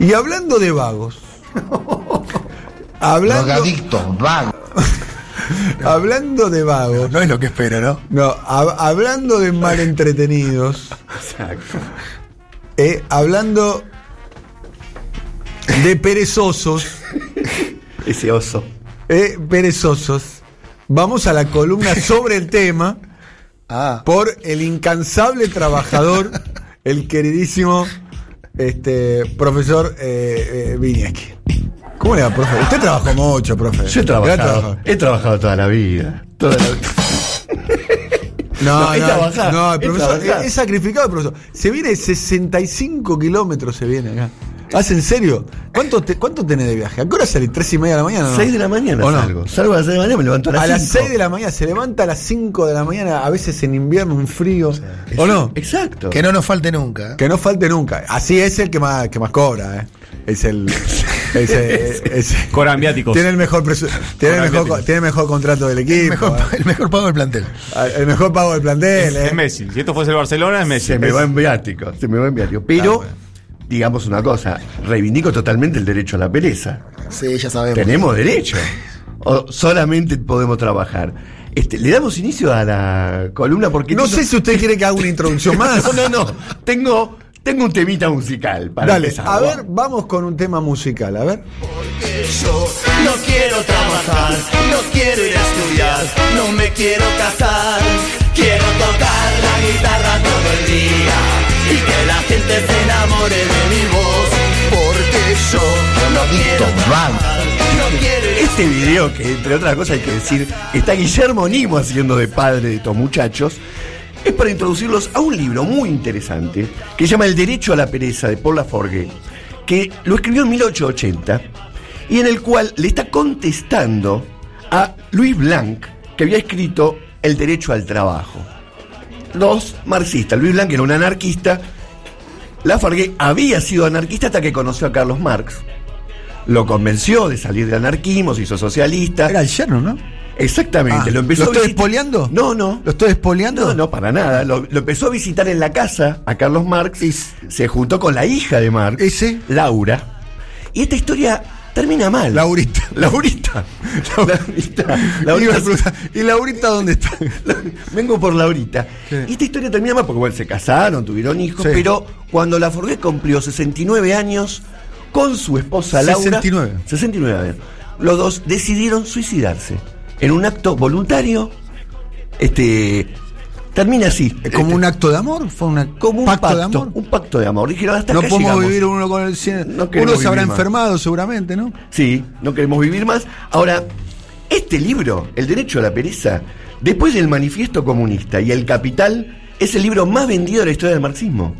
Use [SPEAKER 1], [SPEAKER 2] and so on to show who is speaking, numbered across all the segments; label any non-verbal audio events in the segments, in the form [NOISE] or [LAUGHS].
[SPEAKER 1] Y hablando de
[SPEAKER 2] [LAUGHS]
[SPEAKER 1] vagos. hablando,
[SPEAKER 3] Drogadictos, vagos.
[SPEAKER 1] hablando de vagos.
[SPEAKER 4] No es lo que espero, ¿no?
[SPEAKER 1] No, hab- hablando de mal entretenidos. eh, hablando de perezosos.
[SPEAKER 2] Ese oso.
[SPEAKER 1] eh, perezosos. Vamos a la columna sobre el tema
[SPEAKER 4] Ah,
[SPEAKER 1] por el incansable trabajador, el queridísimo este, profesor eh, eh, Viñeski. ¿Cómo le va, profe? Usted trabajó mucho, profe.
[SPEAKER 2] Yo he
[SPEAKER 1] Gran
[SPEAKER 2] trabajado.
[SPEAKER 1] trabajador.
[SPEAKER 2] He trabajado toda la vida.
[SPEAKER 1] [LAUGHS]
[SPEAKER 2] Toda la vida.
[SPEAKER 1] No, no,
[SPEAKER 2] No, es trabajar,
[SPEAKER 1] no, el
[SPEAKER 2] es
[SPEAKER 1] profesor es,
[SPEAKER 2] trabajar.
[SPEAKER 1] es sacrificado el profesor. Se viene de 65 kilómetros, se viene acá. ¿Hace en serio? ¿Cuánto, te- ¿Cuánto tenés de viaje? ¿A qué hora salís? ¿Tres y media de la mañana? no?
[SPEAKER 2] 6 de la mañana
[SPEAKER 1] Ah. ¿O no?
[SPEAKER 2] salgo. Salgo a las 6 de la mañana, me levanto a las
[SPEAKER 1] A
[SPEAKER 2] 5.
[SPEAKER 1] las 6 de la mañana, se levanta a las 5 de la mañana, a veces en invierno, en frío. ¿O no?
[SPEAKER 2] Exacto.
[SPEAKER 4] que no nos falte nunca. ¿eh?
[SPEAKER 1] Que no falte nunca. Así es el que más, que más cobra, ¿eh? Es
[SPEAKER 2] [LAUGHS]
[SPEAKER 1] el. es el- es el-
[SPEAKER 5] Cobran viáticos.
[SPEAKER 1] tiene el mejor presu- tiene el
[SPEAKER 5] Cobra
[SPEAKER 1] mejor,
[SPEAKER 5] bien.
[SPEAKER 1] co- tiene el mejor contrato del equipo.
[SPEAKER 4] El mejor,
[SPEAKER 1] ¿eh?
[SPEAKER 4] [LAUGHS] el mejor pago del plantel.
[SPEAKER 1] Ah, El mejor pago del plantel. ¿eh?
[SPEAKER 5] Es Messi. Si esto fuese el Barcelona, es Messi.
[SPEAKER 2] Se me va en viático, se me va en viático.
[SPEAKER 1] Ah,
[SPEAKER 2] Pero, digamos una cosa, reivindico totalmente el derecho a la pereza.
[SPEAKER 3] Sí, ya sabemos.
[SPEAKER 2] Tenemos derecho. O solamente podemos trabajar. Este, le damos inicio a la columna porque...
[SPEAKER 1] No
[SPEAKER 2] tengo-
[SPEAKER 1] sé si usted quiere que haga una introducción más.
[SPEAKER 2] [LAUGHS] No, no, no. Tengo, tengo un temita musical para
[SPEAKER 1] Dale,
[SPEAKER 2] empezar.
[SPEAKER 1] a ver, vamos con un tema musical, a ver.
[SPEAKER 6] Yo no quiero trabajar, no quiero ir a estudiar, no me quiero casar. Quiero tocar la guitarra todo el día y que la gente se enamore de mi voz. Porque yo no quiero
[SPEAKER 3] Drogadictos, vagos.
[SPEAKER 6] trabajar, no quiero ir a
[SPEAKER 2] Este video que, entre otras cosas, hay que decir, está Guillermo Nimo haciendo de padre de estos muchachos, es para introducirlos a un libro muy interesante que se llama El Derecho a la Pereza de Paul Laforgue, que lo escribió en 1880 y en el cual le está contestando a Louis Blanc, que había escrito El Derecho al Trabajo. Dos marxistas. Louis Blanc era un anarquista. Lafargue había sido anarquista hasta que conoció a Carlos Marx. Lo convenció de salir del anarquismo, se hizo socialista.
[SPEAKER 1] el yerno, ¿no?
[SPEAKER 2] Exactamente,
[SPEAKER 1] Ah,
[SPEAKER 2] lo empezó
[SPEAKER 1] ¿lo estoy
[SPEAKER 2] a visitar-
[SPEAKER 1] espoleando?
[SPEAKER 2] No, no.
[SPEAKER 1] ¿Lo estoy espoleando?
[SPEAKER 2] No, no, para nada. Lo, lo empezó a visitar en la casa a Carlos Marx. se juntó con la hija de Marx,
[SPEAKER 1] Ese.
[SPEAKER 2] Laura. Y esta historia termina mal.
[SPEAKER 1] Laurita. [LAUGHS]
[SPEAKER 2] Laurita. Laurita.
[SPEAKER 1] Iba
[SPEAKER 2] Laurita.
[SPEAKER 1] a preguntar, ¿Y Laurita dónde está?
[SPEAKER 2] La- [LAUGHS] Vengo por Laurita. Y esta historia termina mal porque bueno, se casaron, tuvieron hijos,
[SPEAKER 1] Sí.
[SPEAKER 2] pero cuando la Forgué cumplió 69 años con su esposa Laura.
[SPEAKER 1] 69.
[SPEAKER 2] 69 años. Los dos decidieron suicidarse en un acto voluntario. Este termina así.
[SPEAKER 1] ¿Como
[SPEAKER 2] Este,
[SPEAKER 1] un acto de amor? ¿Fue una-
[SPEAKER 2] como un
[SPEAKER 1] pacto,
[SPEAKER 2] pacto,
[SPEAKER 1] de amor?
[SPEAKER 2] un pacto de amor. Dijeron hasta
[SPEAKER 1] No
[SPEAKER 2] acá
[SPEAKER 1] podemos
[SPEAKER 2] llegamos.
[SPEAKER 1] vivir uno con el cien.
[SPEAKER 2] No
[SPEAKER 1] uno
[SPEAKER 2] queremos
[SPEAKER 1] se habrá
[SPEAKER 2] vivir más.
[SPEAKER 1] enfermado seguramente, ¿no?
[SPEAKER 2] Sí, no queremos vivir más. Ahora, este libro, El Derecho a la Pereza, después del Manifiesto Comunista y El Capital, es el libro más vendido de la historia del marxismo.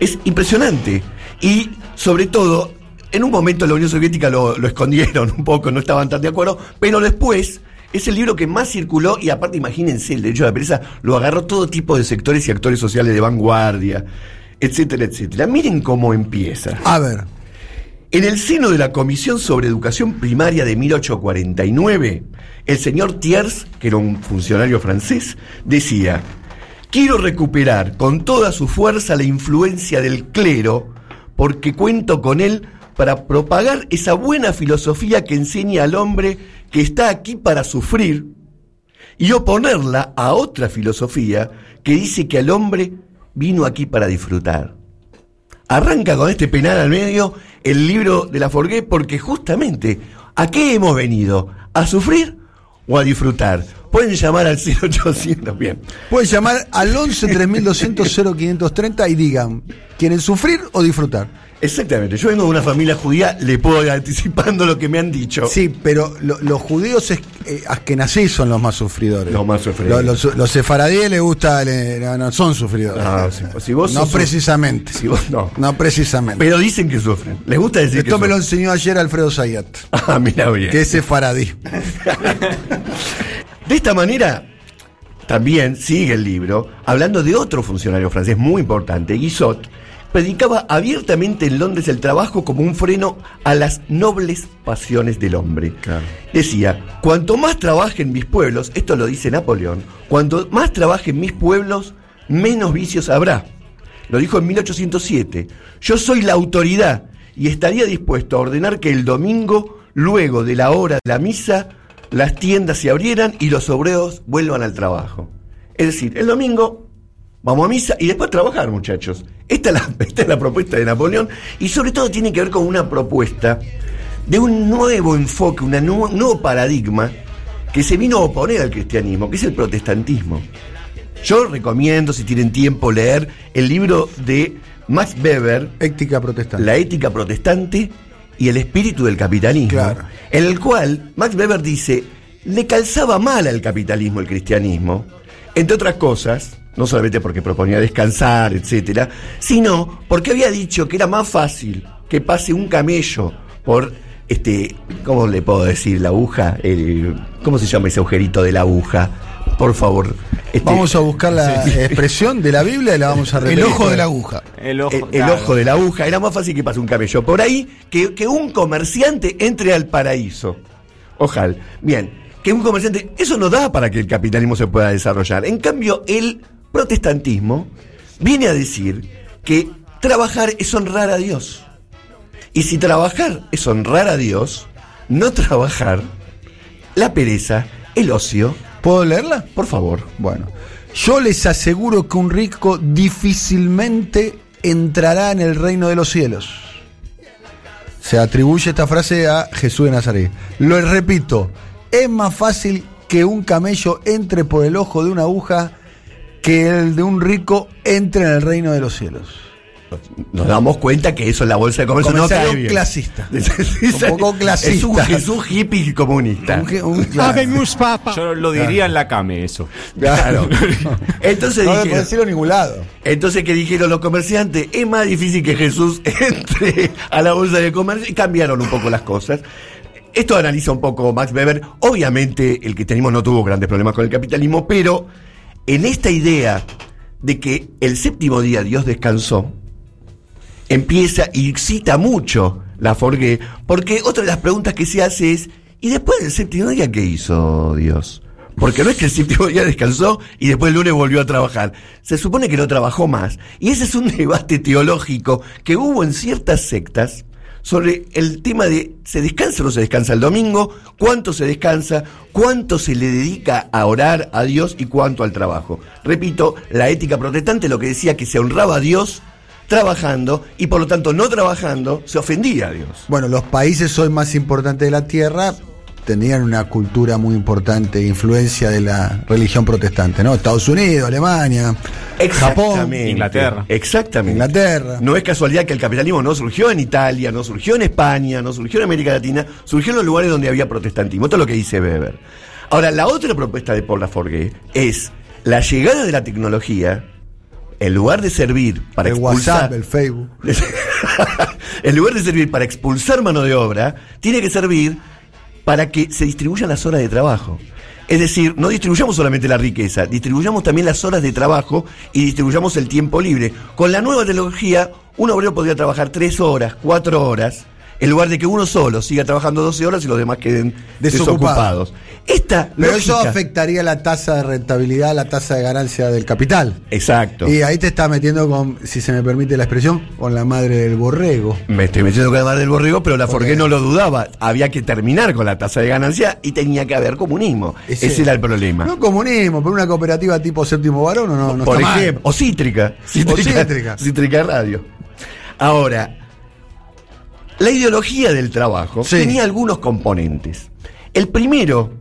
[SPEAKER 2] Es impresionante. Y, sobre todo, en un momento la Unión Soviética lo, lo escondieron un poco, no estaban tan de acuerdo, pero después es el libro que más circuló y aparte imagínense, el derecho a la pereza lo agarró todo tipo de sectores y actores sociales de vanguardia, etcétera, etcétera. Miren cómo empieza.
[SPEAKER 1] A ver.
[SPEAKER 2] En el seno de la Comisión sobre Educación Primaria de 1849, el señor Thiers, que era un funcionario francés, decía, quiero recuperar con toda su fuerza la influencia del clero, porque cuento con él para propagar esa buena filosofía que enseña al hombre que está aquí para sufrir y oponerla a otra filosofía que dice que al hombre vino aquí para disfrutar. Arranca con este penal al medio el libro de la Forgué porque justamente ¿a qué hemos venido? ¿A sufrir o a disfrutar? Pueden llamar al 0800, bien.
[SPEAKER 1] Pueden llamar al 11 3200 0530 y digan, ¿quieren sufrir o disfrutar?
[SPEAKER 2] Exactamente, yo vengo de una familia judía, le puedo ir anticipando lo que me han dicho.
[SPEAKER 1] Sí, pero lo- los judíos es, eh, askenazí son los más sufridores.
[SPEAKER 2] Los más sufridores.
[SPEAKER 1] Los, los- los sefaradíes les gusta, le- no, no, son sufridores.
[SPEAKER 2] No, si- Ah, si vos
[SPEAKER 1] No
[SPEAKER 2] sos-
[SPEAKER 1] precisamente.
[SPEAKER 2] si vos no.
[SPEAKER 1] No precisamente.
[SPEAKER 2] Pero dicen que sufren. Les gusta decir
[SPEAKER 1] Esto me
[SPEAKER 2] que
[SPEAKER 1] lo
[SPEAKER 2] sufren.
[SPEAKER 1] enseñó ayer Alfredo Zayat,
[SPEAKER 2] [LAUGHS] Ah, mira bien.
[SPEAKER 1] que es sefaradí.
[SPEAKER 2] De esta manera, también sigue el libro, hablando de otro funcionario francés muy importante, Guizot, predicaba abiertamente en Londres el trabajo como un freno a las nobles pasiones del hombre. Decía, cuanto más trabajen mis pueblos, esto lo dice Napoleón, cuanto más trabajen mis pueblos, menos vicios habrá. Lo dijo en 1807. Yo soy la autoridad y estaría dispuesto a ordenar que el domingo, luego de la hora de la misa, las tiendas se abrieran y los obreros vuelvan al trabajo. Es decir, el domingo vamos a misa y después trabajar, muchachos. Esta es la, [LAUGHS] esta es la propuesta de Napoleón y sobre todo tiene que ver con una propuesta de un nuevo enfoque, una nu- un nuevo paradigma que se vino a oponer al cristianismo, que es el protestantismo. Yo recomiendo, si tienen tiempo, leer el libro de Max Weber,
[SPEAKER 1] Ética protestante.
[SPEAKER 2] la ética protestante y el espíritu del capitalismo.
[SPEAKER 1] Claro.
[SPEAKER 2] En el cual Max Weber dice, le calzaba mal al capitalismo el cristianismo, entre otras cosas, no solamente porque proponía descansar, etcétera, sino porque había dicho que era más fácil que pase un camello por este, ¿cómo le puedo decir? La aguja, el, ¿cómo se llama ese agujerito de la aguja? Por favor. este,
[SPEAKER 1] Vamos a buscar la expresión de la Biblia y la vamos a
[SPEAKER 4] El
[SPEAKER 1] repetir.
[SPEAKER 4] ojo de la aguja.
[SPEAKER 5] El ojo,
[SPEAKER 2] el, el
[SPEAKER 5] claro.
[SPEAKER 2] ojo de la aguja. Era más fácil que pase un camello por ahí que, que un comerciante entre al paraíso. Ojalá. Bien, que un comerciante. Eso no da para que el capitalismo se pueda desarrollar. En cambio, el protestantismo viene a decir que trabajar es honrar a Dios. Y si trabajar es honrar a Dios, no trabajar, la pereza, el ocio,
[SPEAKER 1] ¿Puedo leerla?
[SPEAKER 2] por favor.
[SPEAKER 1] Bueno, yo les aseguro que un rico difícilmente entrará en el reino de los cielos. Se atribuye esta frase a Jesús de Nazaret. Lo repito, es más fácil que un camello entre por el ojo de una aguja que el de un rico entre en el reino de los cielos.
[SPEAKER 2] Nos damos cuenta que eso en la bolsa de comercio no
[SPEAKER 1] Comentario
[SPEAKER 2] cae bien. [LAUGHS]
[SPEAKER 1] clasista.
[SPEAKER 2] un
[SPEAKER 1] Un poco clasista.
[SPEAKER 2] Es un Jesús hippie comunista.
[SPEAKER 1] Un ge- [LAUGHS] un- claro.
[SPEAKER 5] Yo lo diría en la came eso.
[SPEAKER 2] [LAUGHS] Claro. Entonces,
[SPEAKER 1] No lo puedo
[SPEAKER 2] dijeron,
[SPEAKER 1] decirlo en ningún lado.
[SPEAKER 2] entonces, ¿qué dijeron los comerciantes? Es más difícil que Jesús [LAUGHS] entre a la bolsa de comercio y cambiaron un poco las cosas. Esto analiza un poco Max Weber. Obviamente, el cristianismo no tuvo grandes problemas con el capitalismo, pero en esta idea de que el séptimo día Dios descansó, empieza y cita mucho la Forgue, porque otra de las preguntas que se hace es, ¿y después del séptimo día qué hizo Dios? Porque no es que el séptimo día descansó y después el lunes volvió a trabajar. Se supone que no trabajó más. Y ese es un [LAUGHS] debate teológico que hubo en ciertas sectas sobre el tema de se descansa o no se descansa el domingo, cuánto se descansa, cuánto se le dedica a orar a Dios y cuánto al trabajo. Repito, la ética protestante lo que decía que se honraba a Dios trabajando y por lo tanto no trabajando se ofendía a Dios.
[SPEAKER 1] Bueno, los países hoy más importantes de la Tierra tenían una cultura muy importante, de influencia de la religión protestante, ¿no? Estados Unidos, Alemania, Japón,
[SPEAKER 2] Exactamente.
[SPEAKER 5] Inglaterra.
[SPEAKER 2] Exactamente.
[SPEAKER 1] Inglaterra.
[SPEAKER 2] No es casualidad que el capitalismo no surgió en Italia, no surgió en España, no surgió en América Latina, surgió en los lugares donde había protestantismo. Esto es lo que dice Weber. Ahora, la otra propuesta de Paul Laforgue es la llegada de la tecnología, en lugar de servir para
[SPEAKER 1] el WhatsApp,
[SPEAKER 2] expulsar.
[SPEAKER 1] el Facebook.
[SPEAKER 2] en lugar de servir para expulsar mano de obra, tiene que servir para que se distribuyan las horas de trabajo. Es decir, no distribuyamos solamente la riqueza, distribuyamos también las horas de trabajo y distribuyamos el tiempo libre. Con la nueva tecnología, un obrero podría trabajar tres horas, cuatro horas, en lugar de que uno solo siga trabajando 12 horas y los demás queden
[SPEAKER 1] Desocupado.
[SPEAKER 2] desocupados. Esta
[SPEAKER 1] Pero eso
[SPEAKER 2] lógica-
[SPEAKER 1] afectaría la tasa de rentabilidad, la tasa de ganancia del capital.
[SPEAKER 2] Exacto.
[SPEAKER 1] Y ahí te está metiendo con, si se me permite la expresión, con la madre del borrego.
[SPEAKER 2] Me estoy metiendo con la madre del borrego, pero la Forqué no lo dudaba. Había que terminar con la tasa de ganancia y tenía que haber comunismo. Ese,
[SPEAKER 1] Ese-
[SPEAKER 2] era el problema.
[SPEAKER 1] No comunismo, pero una cooperativa tipo séptimo varón o no, no
[SPEAKER 2] Por
[SPEAKER 1] está mal.
[SPEAKER 2] ejemplo, o cítrica.
[SPEAKER 1] cítrica.
[SPEAKER 2] [LAUGHS] Cítrica Radio. Ahora, la ideología del trabajo
[SPEAKER 1] Sí.
[SPEAKER 2] tenía algunos componentes. El primero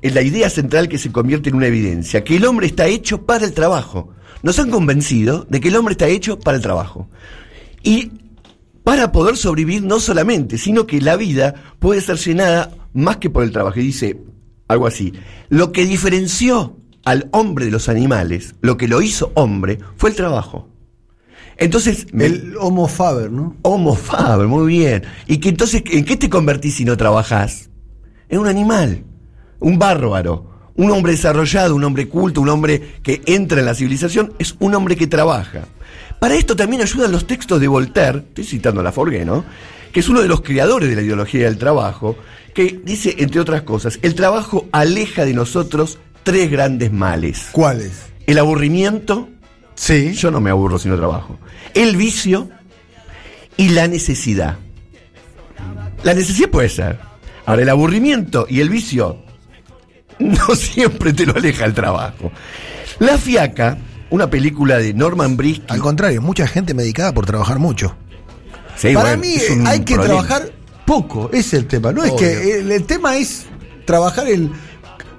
[SPEAKER 2] es la idea central que se convierte en una evidencia, que el hombre está hecho para el trabajo. Nos han convencido de que el hombre está hecho para el trabajo. Y para poder sobrevivir no solamente, sino que la vida puede ser llenada más que por el trabajo. Y dice algo así, lo que diferenció al hombre de los animales, lo que lo hizo hombre, fue el trabajo. Entonces,
[SPEAKER 1] El Homo Faber, ¿no?
[SPEAKER 2] Homo faber, muy bien. Y que entonces, ¿en qué te convertís si no trabajás? En un animal, un bárbaro, un hombre desarrollado, un hombre culto, un hombre que entra en la civilización, es un hombre que trabaja. Para esto también ayudan los textos de Voltaire, estoy citando a Laforgue, ¿no? Que es uno de los creadores de la ideología del trabajo, que dice, entre otras cosas, el trabajo aleja de nosotros tres grandes males.
[SPEAKER 1] ¿Cuáles?
[SPEAKER 2] El aburrimiento,
[SPEAKER 1] Sí.
[SPEAKER 2] yo no me aburro si no trabajo. El vicio y la necesidad. La necesidad puede ser. Ahora, el aburrimiento y el vicio no [LAUGHS] siempre te lo aleja el trabajo. La Fiaca, una película de Norman Brisky.
[SPEAKER 1] Ah,
[SPEAKER 4] Al contrario, mucha gente medicada por trabajar mucho.
[SPEAKER 2] Sí,
[SPEAKER 1] Para
[SPEAKER 2] bueno,
[SPEAKER 1] mí
[SPEAKER 2] es un
[SPEAKER 1] hay que
[SPEAKER 2] problema.
[SPEAKER 1] trabajar poco, es el tema. No es
[SPEAKER 4] Obvio.
[SPEAKER 1] que el, el tema es trabajar el.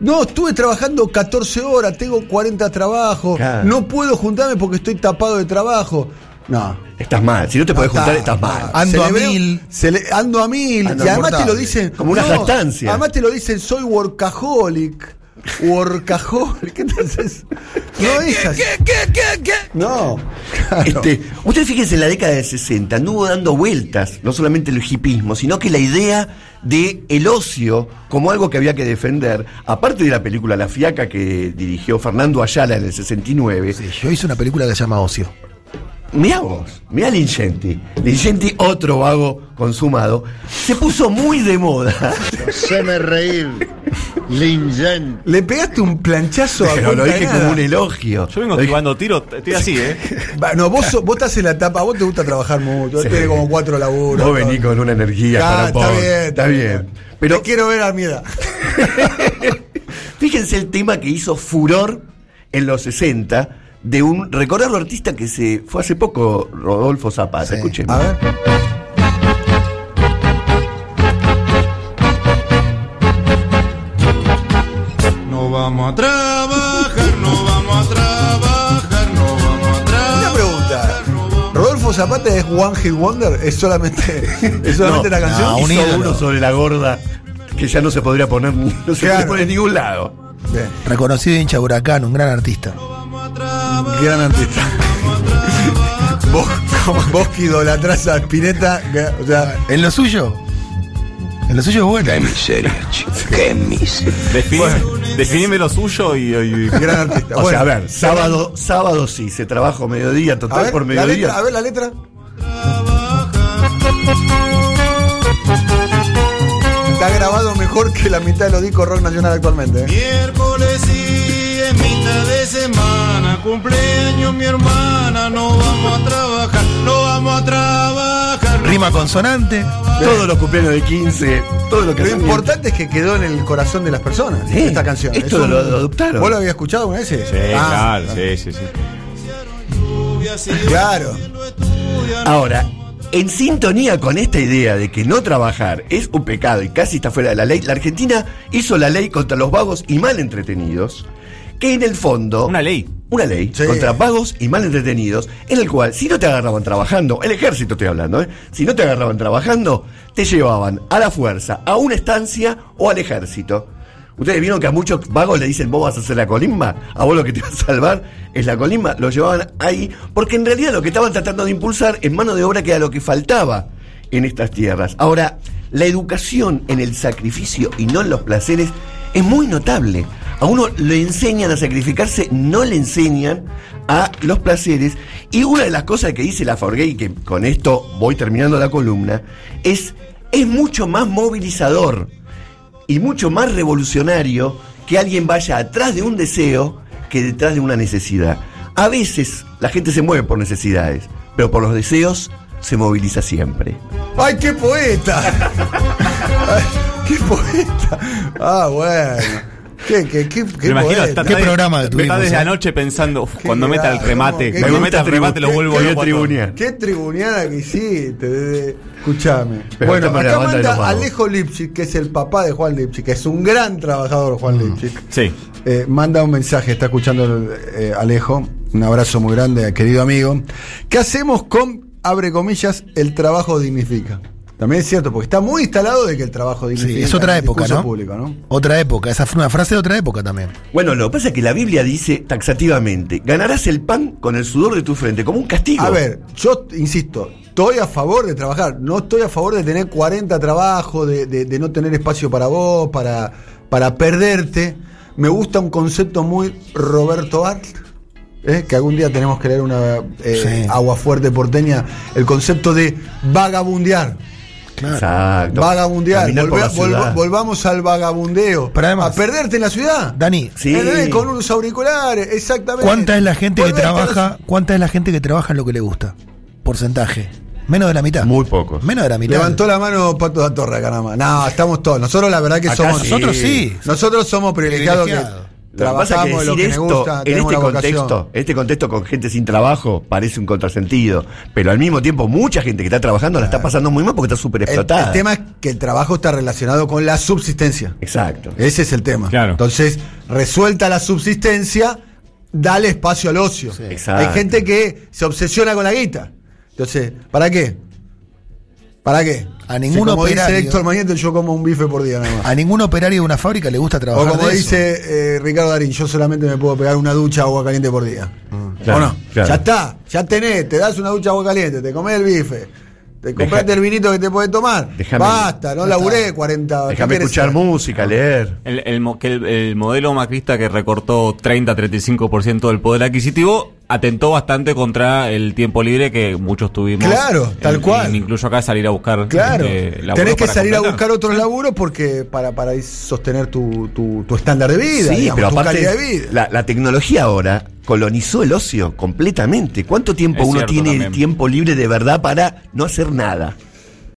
[SPEAKER 1] No, estuve trabajando 14 horas, tengo 40 trabajos,
[SPEAKER 2] Claro.
[SPEAKER 1] no puedo juntarme porque estoy tapado de trabajo. No.
[SPEAKER 2] Estás mal. Si no te podés juntar, estás mal.
[SPEAKER 1] Ah,
[SPEAKER 4] Ando a
[SPEAKER 1] celebré-
[SPEAKER 4] mil.
[SPEAKER 1] cele- ando a mil.
[SPEAKER 4] Ando
[SPEAKER 1] y además te lo
[SPEAKER 4] insoportable.
[SPEAKER 1] dicen.
[SPEAKER 2] Como una jactancia.
[SPEAKER 1] Además te lo dicen, soy workaholic. Workaholic. [LAUGHS] Entonces, no es así. No.
[SPEAKER 2] Este, ustedes fíjense, en la década del 60 anduvo dando vueltas, no solamente el hipismo, sino que la idea de el ocio como algo que había que defender, aparte de la película La Fiaca que dirigió Fernando Ayala en el 69.
[SPEAKER 4] Sí, yo hice una película que se llama Ocio.
[SPEAKER 2] Mirá vos, mirá Lingenti. Lingenti, otro vago consumado, se puso muy de moda.
[SPEAKER 7] Haceme reír, Lingen.
[SPEAKER 1] Le pegaste un planchazo a
[SPEAKER 2] Pero lo
[SPEAKER 1] punta de
[SPEAKER 2] dije
[SPEAKER 1] nada.
[SPEAKER 2] como un elogio.
[SPEAKER 5] Yo vengo
[SPEAKER 2] Lo dije-
[SPEAKER 5] esquivando tiro, estoy así, ¿eh?
[SPEAKER 1] Bueno, vos, so- vos estás en la etapa, vos te gusta trabajar mucho,
[SPEAKER 2] Sí.
[SPEAKER 1] tenés como cuatro laburos.
[SPEAKER 2] Vos venís con una energía
[SPEAKER 1] Ah,
[SPEAKER 2] para
[SPEAKER 1] está
[SPEAKER 2] poco.
[SPEAKER 1] bien,
[SPEAKER 2] Está bien. Pero
[SPEAKER 1] Pero quiero ver a mi edad.
[SPEAKER 2] [LAUGHS] Fíjense el tema que hizo furor en los 60 de un recordado artista que se fue hace poco, Rodolfo Zapata.
[SPEAKER 4] Sí.
[SPEAKER 2] Escuchen.
[SPEAKER 1] A ver.
[SPEAKER 8] No vamos a trabajar, no vamos a trabajar, no vamos a
[SPEAKER 1] Una
[SPEAKER 8] trabajar.
[SPEAKER 1] pregunta. ¿Rodolfo Zapata es One Hit Wonder? ¿Es solamente,
[SPEAKER 2] [LAUGHS]
[SPEAKER 1] es solamente la canción?
[SPEAKER 4] no, un
[SPEAKER 2] hizo
[SPEAKER 4] ídolo.
[SPEAKER 2] uno sobre la gorda que ya no se podría poner, ni- no se
[SPEAKER 1] Claro.
[SPEAKER 2] podría poner en ningún lado.
[SPEAKER 1] Bien.
[SPEAKER 4] Reconocido hincha de huracán, un gran artista.
[SPEAKER 1] Gran artista. [LAUGHS] vos, vos que idolatrás a Spinetta, que- o sea,
[SPEAKER 4] En lo suyo. En lo suyo es bueno.
[SPEAKER 5] Defin- Definime lo suyo y.
[SPEAKER 2] [LAUGHS]
[SPEAKER 5] y-
[SPEAKER 1] gran artista.
[SPEAKER 2] O
[SPEAKER 1] Bueno,
[SPEAKER 2] sea, a ver, sábado, sábado sí, se trabaja mediodía,
[SPEAKER 1] a
[SPEAKER 2] total
[SPEAKER 1] ver,
[SPEAKER 2] por
[SPEAKER 1] la letra, a
[SPEAKER 2] mediodía.
[SPEAKER 1] ver la letra. Está grabado mejor que la mitad de los discos rock nacional actualmente. ¿eh?
[SPEAKER 8] Miércoles y es mitad de semana, cumpleaños mi hermana, no vamos a trabajar, no vamos a trabajar. no
[SPEAKER 4] Rima consonante.
[SPEAKER 2] Todos los cumpleaños de 15, todo lo que
[SPEAKER 1] Lo
[SPEAKER 2] se-
[SPEAKER 1] importante es que quedó en el corazón de las personas
[SPEAKER 2] Sí,
[SPEAKER 1] esta canción.
[SPEAKER 2] esto
[SPEAKER 1] Es un-
[SPEAKER 2] lo adoptaron.
[SPEAKER 1] ¿Vos lo habías escuchado alguna vez? Ah,
[SPEAKER 5] Sí, claro, sí, sí, sí.
[SPEAKER 8] estudia, si yo
[SPEAKER 1] Claro.
[SPEAKER 8] lo estudia, no
[SPEAKER 2] Ahora, en sintonía con esta idea de que no trabajar es un pecado y casi está fuera de la ley, la Argentina hizo la ley contra los vagos y mal entretenidos, que en el fondo...
[SPEAKER 5] Una ley.
[SPEAKER 2] Una ley
[SPEAKER 1] Sí.
[SPEAKER 2] contra vagos y mal entretenidos, en el cual si no te agarraban trabajando, el ejército estoy hablando, ¿eh? si no te agarraban trabajando, te llevaban a la fuerza, a una estancia o al ejército. Ustedes vieron que a muchos vagos le dicen, vos vas a hacer la colimba, a vos lo que te va a salvar es la colimba, lo llevaban ahí, porque en realidad lo que estaban tratando de impulsar en mano de obra que era lo que faltaba en estas tierras. Ahora, la educación en el sacrificio y no en los placeres es muy notable. A uno le enseñan a sacrificarse, no le enseñan a los placeres. Y una de las cosas que dice la Forgay, que con esto voy terminando la columna, es, es mucho más movilizador y mucho más revolucionario que alguien vaya atrás de un deseo que detrás de una necesidad. A veces la gente se mueve por necesidades, pero por los deseos se moviliza siempre.
[SPEAKER 1] ¡Ay, qué poeta! Ay, ¡Qué poeta! Ah, bueno. ¿Qué, qué, qué, qué
[SPEAKER 5] Me imagino,
[SPEAKER 1] poeta?
[SPEAKER 5] está,
[SPEAKER 4] ¿Qué
[SPEAKER 5] está de-
[SPEAKER 4] programa
[SPEAKER 5] está
[SPEAKER 4] tuvimos,
[SPEAKER 5] desde
[SPEAKER 4] eh?
[SPEAKER 5] anoche pensando, "Uf, cuando meta el
[SPEAKER 1] grave,
[SPEAKER 5] remate,
[SPEAKER 1] ¿no? Qué
[SPEAKER 5] cuando
[SPEAKER 1] grande.
[SPEAKER 5] meta el remate lo
[SPEAKER 2] Qué- qué
[SPEAKER 5] vuelvo loco a todos".
[SPEAKER 2] tribunear.
[SPEAKER 1] Qué tribuneada que hiciste. de- de- Escuchame.
[SPEAKER 2] Pero
[SPEAKER 1] bueno,
[SPEAKER 2] estamos en la
[SPEAKER 1] acá
[SPEAKER 2] banda de
[SPEAKER 1] manda
[SPEAKER 2] los vagos.
[SPEAKER 1] Alejo Lipschitz, que es el papá de Juan Lipschitz, que es un gran trabajador,
[SPEAKER 5] Mm.
[SPEAKER 1] Juan Lipschitz.
[SPEAKER 5] Sí.
[SPEAKER 1] Eh, manda un mensaje, está escuchando eh, Alejo. Un abrazo muy grande, querido amigo. ¿Qué hacemos con, abre comillas, el trabajo dignifica? También es cierto, porque está muy instalado de que el trabajo dignifica.
[SPEAKER 4] Sí, es
[SPEAKER 1] en
[SPEAKER 4] otra
[SPEAKER 1] el
[SPEAKER 4] época,
[SPEAKER 1] discurso
[SPEAKER 4] ¿no?
[SPEAKER 1] público, ¿no?
[SPEAKER 4] Otra época. Esa fue una frase de otra época también.
[SPEAKER 2] Bueno, lo que pasa es que la Biblia dice taxativamente, ganarás el pan con el sudor de tu frente, como un castigo.
[SPEAKER 1] A ver, yo insisto, estoy a favor de trabajar, no estoy a favor de tener 40 trabajos, de, de- de no tener espacio para vos, para, para perderte. Me gusta un concepto muy Roberto Art, ¿eh? que algún día tenemos que leer una eh,
[SPEAKER 4] Sí.
[SPEAKER 1] agua fuerte porteña, el concepto de vagabundear.
[SPEAKER 2] Exacto.
[SPEAKER 1] Vagabundear,
[SPEAKER 2] Caminar por
[SPEAKER 1] Volve-
[SPEAKER 2] la ciudad.
[SPEAKER 1] volva- volvamos al vagabundeo.
[SPEAKER 4] Pero además-
[SPEAKER 1] a perderte en la ciudad.
[SPEAKER 4] Dani,
[SPEAKER 2] Sí.
[SPEAKER 1] ¿Entendés? Con unos auriculares, exactamente.
[SPEAKER 4] ¿cuánta es la gente que
[SPEAKER 1] Volverte a los-
[SPEAKER 4] trabaja? ¿Cuánta es la gente que trabaja en lo que le gusta? Porcentaje. Menos de la mitad.
[SPEAKER 2] Muy pocos.
[SPEAKER 4] Menos de la mitad.
[SPEAKER 1] Levantó la mano Pato da Torre acá nada más. No, estamos todos. Nosotros la verdad que
[SPEAKER 2] Acá
[SPEAKER 1] somos.
[SPEAKER 2] sí.
[SPEAKER 4] Nosotros sí.
[SPEAKER 1] Nosotros somos privilegiados que
[SPEAKER 4] Privilegiados.
[SPEAKER 2] Lo que pasa es que
[SPEAKER 1] trabajamos de
[SPEAKER 2] decir
[SPEAKER 1] lo que
[SPEAKER 2] esto,
[SPEAKER 1] nos gusta,
[SPEAKER 2] en
[SPEAKER 1] tenemos
[SPEAKER 2] este
[SPEAKER 1] la vocación.
[SPEAKER 2] contexto, en este contexto con gente sin trabajo, parece un contrasentido. Pero al mismo tiempo, mucha gente que está trabajando la está pasando muy mal porque está súper
[SPEAKER 1] El- El,
[SPEAKER 2] explotada.
[SPEAKER 1] tema es que el trabajo está relacionado con la subsistencia.
[SPEAKER 2] Exacto.
[SPEAKER 1] Ese es el tema.
[SPEAKER 5] Claro.
[SPEAKER 1] Entonces, resuelta la subsistencia, dale espacio al ocio.
[SPEAKER 2] Exacto.
[SPEAKER 1] Hay gente que se obsesiona con la guita. Entonces, ¿para qué? ¿Para qué?
[SPEAKER 4] A
[SPEAKER 1] Si
[SPEAKER 4] ningún
[SPEAKER 1] como
[SPEAKER 4] operario-
[SPEAKER 1] dice Héctor Mañeto, yo como un bife por día nada más.
[SPEAKER 4] A ningún operario de una fábrica le gusta
[SPEAKER 1] O
[SPEAKER 4] trabajar.
[SPEAKER 1] como
[SPEAKER 4] de eso.
[SPEAKER 1] dice eh, Ricardo Darín, yo solamente me puedo pegar una ducha agua caliente por día.
[SPEAKER 2] Mm, claro,
[SPEAKER 1] ¿O no?
[SPEAKER 2] claro.
[SPEAKER 1] Ya está, ya tenés, te das una ducha agua caliente, te comés el bife, te compraste
[SPEAKER 2] Deja-
[SPEAKER 1] el vinito que te podés tomar.
[SPEAKER 2] Déjame-
[SPEAKER 1] Basta, no
[SPEAKER 2] ya
[SPEAKER 1] laburé
[SPEAKER 2] está.
[SPEAKER 1] 40. ¿qué
[SPEAKER 2] Déjame
[SPEAKER 1] querés
[SPEAKER 2] escuchar
[SPEAKER 1] hacer?
[SPEAKER 2] música, leer.
[SPEAKER 5] El, el mo- que el- el modelo macrista que recortó 30-35% del poder adquisitivo atentó bastante contra el tiempo libre que muchos tuvimos. Eh,
[SPEAKER 1] Claro, tal
[SPEAKER 5] Y- y
[SPEAKER 1] cual.
[SPEAKER 5] Me incluyo acá salir a buscar.
[SPEAKER 1] Claro,
[SPEAKER 5] este, laburo
[SPEAKER 1] tenés que
[SPEAKER 5] para
[SPEAKER 1] salir a
[SPEAKER 5] completar.
[SPEAKER 1] buscar otros laburos porque para, para ir sostener tu, tu, tu estándar de vida,
[SPEAKER 2] Sí,
[SPEAKER 1] digamos,
[SPEAKER 2] pero
[SPEAKER 1] tu
[SPEAKER 2] aparte,
[SPEAKER 1] calidad de vida.
[SPEAKER 2] La, la tecnología ahora colonizó el ocio completamente. ¿Cuánto tiempo
[SPEAKER 5] Es
[SPEAKER 2] uno
[SPEAKER 5] cierto
[SPEAKER 2] tiene el
[SPEAKER 5] también.
[SPEAKER 2] tiempo libre de verdad para no hacer nada?